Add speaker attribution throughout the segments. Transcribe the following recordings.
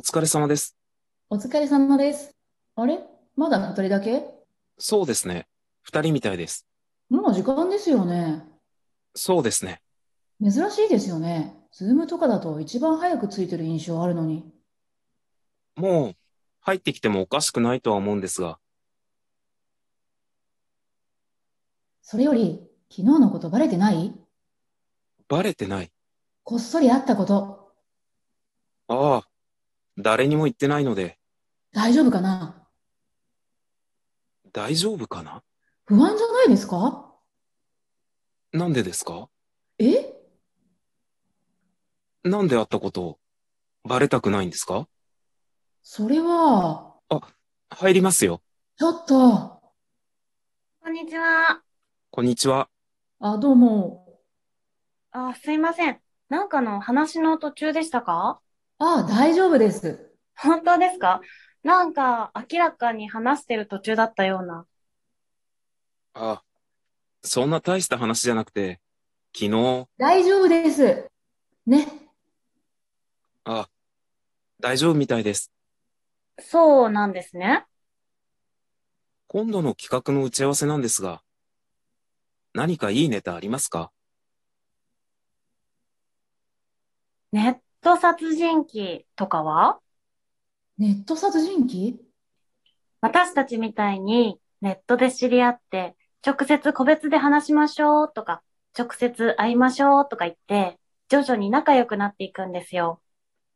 Speaker 1: 疲れ様です。
Speaker 2: お疲れ様です。あれまだ二人だけ
Speaker 1: そうですね。二人みたいです。
Speaker 2: もう時間ですよね。
Speaker 1: そうですね。
Speaker 2: 珍しいですよね。ズームとかだと一番早くついてる印象あるのに。
Speaker 1: もう、入ってきてもおかしくないとは思うんですが、
Speaker 2: それより、昨日のことバレてない
Speaker 1: バレてない。
Speaker 2: こっそり会ったこと。
Speaker 1: ああ、誰にも言ってないので、
Speaker 2: 大丈夫かな
Speaker 1: 大丈夫かな
Speaker 2: 不安じゃないですか
Speaker 1: なんでですか
Speaker 2: え
Speaker 1: なんであったことを、バレたくないんですか
Speaker 2: それは、
Speaker 1: あ、入りますよ。
Speaker 2: ちょっと、
Speaker 3: こんにちは。
Speaker 1: こんにちは。
Speaker 2: あ、どうも。
Speaker 3: あ、すいません。なんかの話の途中でしたか
Speaker 2: あ、大丈夫です。
Speaker 3: 本当ですかなんか明らかに話してる途中だったような。
Speaker 1: あ、そんな大した話じゃなくて、昨日、
Speaker 2: 大丈夫です。ね。
Speaker 1: あ、大丈夫みたいです。
Speaker 3: そうなんですね。
Speaker 1: 今度の企画の打ち合わせなんですが、何かいいネタありますか
Speaker 3: ネット殺人鬼とかは
Speaker 2: ネット殺人鬼
Speaker 3: 私たちみたいにネットで知り合って、直接個別で話しましょうとか、直接会いましょうとか言って、徐々に仲良くなっていくんですよ。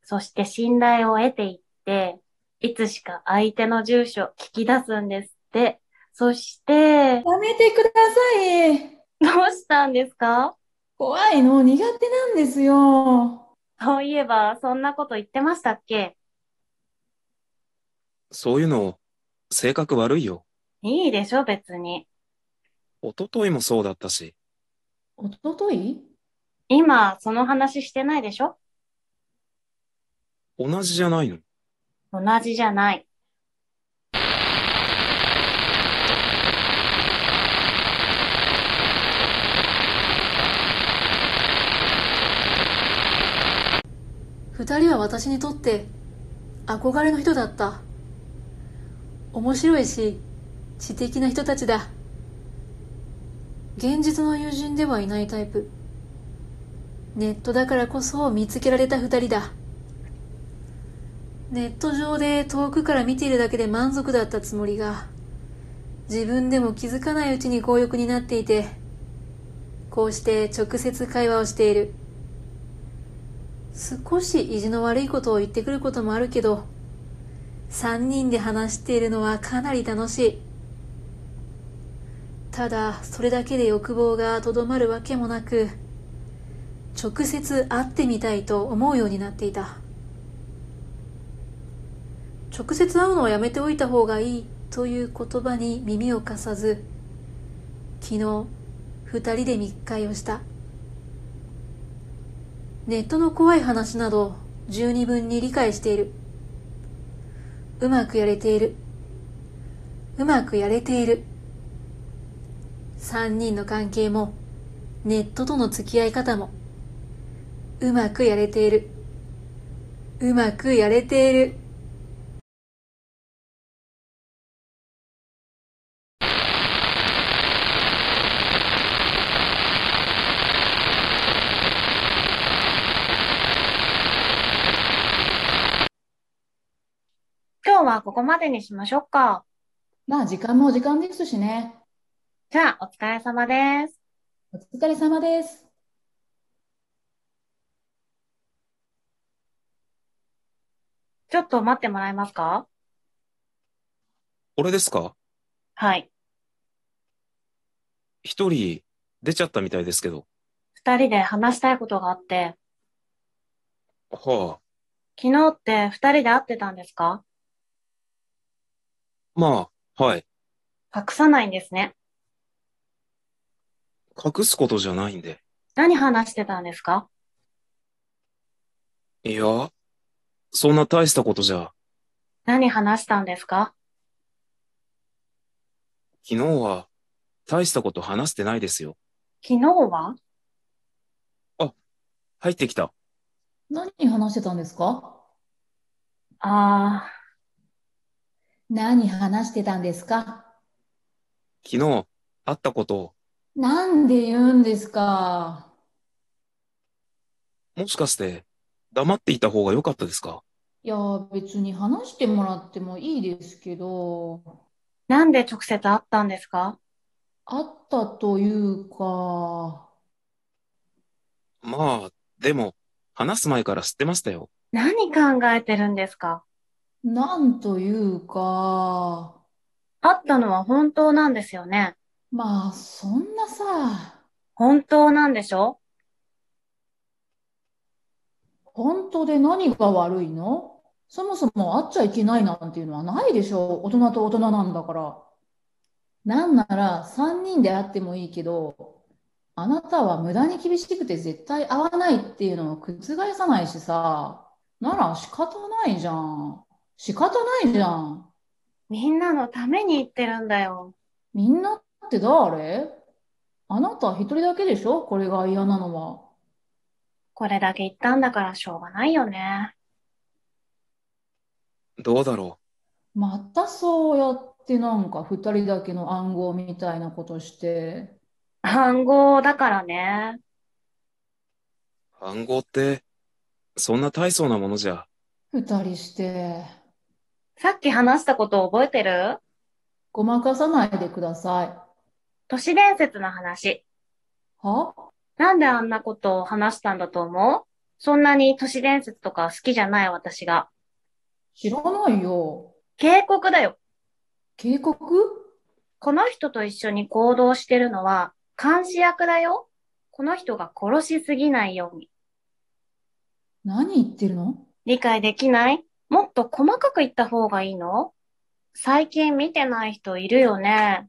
Speaker 3: そして信頼を得ていって、いつしか相手の住所聞き出すんですって。そして、
Speaker 2: やめてください。
Speaker 3: どうしたんですか
Speaker 2: 怖いの苦手なんですよ。
Speaker 3: そういえば、そんなこと言ってましたっけ
Speaker 1: そういうの、性格悪いよ。
Speaker 3: いいでしょ、別に。
Speaker 1: 一昨日もそうだったし、
Speaker 2: おととい
Speaker 3: 今、その話してないでしょ
Speaker 1: 同じじゃないの。
Speaker 3: 同じじゃない。
Speaker 4: 二人は私にとって憧れの人だった面白いし知的な人たちだ現実の友人ではいないタイプネットだからこそ見つけられた二人だネット上で遠くから見ているだけで満足だったつもりが自分でも気づかないうちに強欲になっていてこうして直接会話をしている少し意地の悪いことを言ってくることもあるけど3人で話しているのはかなり楽しいただそれだけで欲望がとどまるわけもなく直接会ってみたいと思うようになっていた直接会うのはやめておいた方がいいという言葉に耳を貸さず昨日2人で密会をしたネットの怖い話など十二分に理解しているうまくやれているうまくやれている3人の関係もネットとの付き合い方もうまくやれているうまくやれている
Speaker 3: 今日はここまでにしましょうか。
Speaker 2: まあ時間も時間ですしね。
Speaker 3: じゃあ、お疲れ様です。
Speaker 2: お疲れ様です。
Speaker 3: ちょっと待ってもらえますか
Speaker 1: 俺ですか
Speaker 3: はい。
Speaker 1: 一人出ちゃったみたいですけど。
Speaker 3: 二人で話したいことがあって、
Speaker 1: は
Speaker 3: 昨日って二人で会ってたんですか
Speaker 1: あ、まあ、はい。
Speaker 3: 隠さないんですね。
Speaker 1: 隠すことじゃないんで。
Speaker 3: 何話してたんですか
Speaker 1: いや、そんな大したことじゃ、
Speaker 3: 何話したんですか
Speaker 1: 昨日は大したこと話してないですよ。
Speaker 3: 昨日は
Speaker 1: あ、入ってきた。
Speaker 2: 何話してたんですか
Speaker 3: あ
Speaker 2: 何話してたんですか
Speaker 1: 昨日、会ったことを、
Speaker 2: なんで言うんですか
Speaker 1: もしかして、黙っていた方が良かったですか
Speaker 2: いや、別に話してもらってもいいですけど、
Speaker 3: ー、なんで直接会ったんですか
Speaker 2: あったというか、
Speaker 1: まあ、でも、話す前から知ってましたよ。
Speaker 3: 何考えてるんですか
Speaker 2: なんというか、
Speaker 3: 会ったのは本当なんですよね。
Speaker 2: まあ、そんなさ、
Speaker 3: 本当なんでしょ
Speaker 2: 本当で何が悪いのそもそも会っちゃいけないなんていうのはないでしょ大人と大人なんだから。なんなら3人で会ってもいいけど、あなたは無駄に厳しくて絶対会わないっていうのを覆さないしさ、なら仕方ないじゃん。仕方ないじゃん。
Speaker 3: みんなのために言ってるんだよ。
Speaker 2: みんなって誰あなた一人だけでしょこれが嫌なのは。
Speaker 3: これだけ言ったんだからしょうがないよね。
Speaker 1: どうだろ
Speaker 2: またそうやってなんか二人だけの暗号みたいなことして。
Speaker 3: 暗号だからね。
Speaker 1: う。暗号って、そんな大層なものじゃ。
Speaker 2: 二人して、
Speaker 3: さっき話したこと覚えてる
Speaker 2: ごまかさないでください。
Speaker 3: 都市伝説の話。
Speaker 2: は
Speaker 3: なんであんなことを話したんだと思うそんなに都市伝説とか好きじゃない私が。
Speaker 2: 知らないよ。
Speaker 3: 警告だよ。
Speaker 2: 警告
Speaker 3: この人と一緒に行動してるのは監視役だよ。この人が殺しすぎないように。
Speaker 2: 何言ってるの
Speaker 3: 理解できないもっと細かく言った方がいいの最近見てない人いるよね。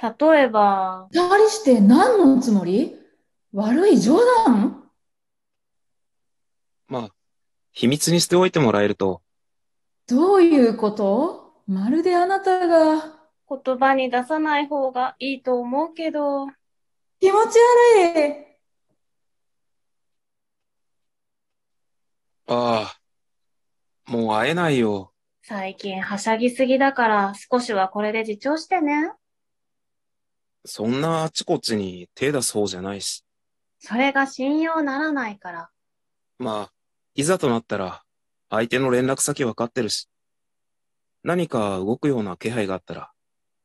Speaker 3: 例えば、
Speaker 2: 二人して何のつもり悪い冗談
Speaker 1: まあ、秘密にしておいてもらえると、
Speaker 2: どういうことまるであなたが
Speaker 3: 言葉に出さない方がいいと思うけど、
Speaker 2: 気持ち悪い。
Speaker 1: ああ、もう会えないよ。
Speaker 3: 最近はしゃぎすぎだから少しはこれで自重してね。
Speaker 1: そんなあちこちに手出す方じゃないし。
Speaker 3: それが信用ならないから。
Speaker 1: まあ、いざとなったら、相手の連絡先わかってるし。何か動くような気配があったら、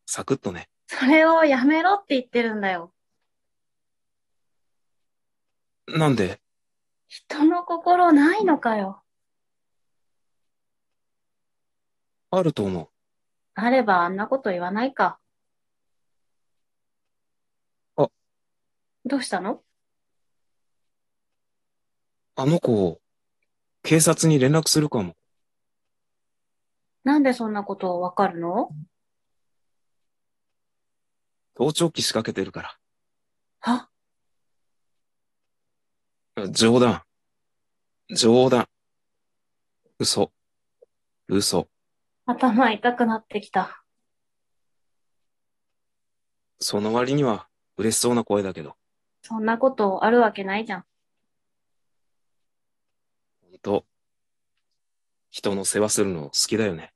Speaker 1: サクッとね。
Speaker 3: それをやめろって言ってるんだよ。
Speaker 1: なんで、
Speaker 3: 人の心ないのかよ。
Speaker 1: あると思
Speaker 3: あればあんなこと言わないか。
Speaker 1: あ。
Speaker 3: どうしたの
Speaker 1: う。あの子、警察に連絡するかも。
Speaker 3: なんでそんなことわかるの
Speaker 1: 盗聴器仕掛けてるか
Speaker 3: は
Speaker 1: ら。冗談。冗談。嘘。嘘。
Speaker 3: 頭痛くなってきた。
Speaker 1: その割には、嬉しそうな声だけど。
Speaker 3: そんなことあるわけないじゃん。
Speaker 1: 本当人の世話するの好きだよね。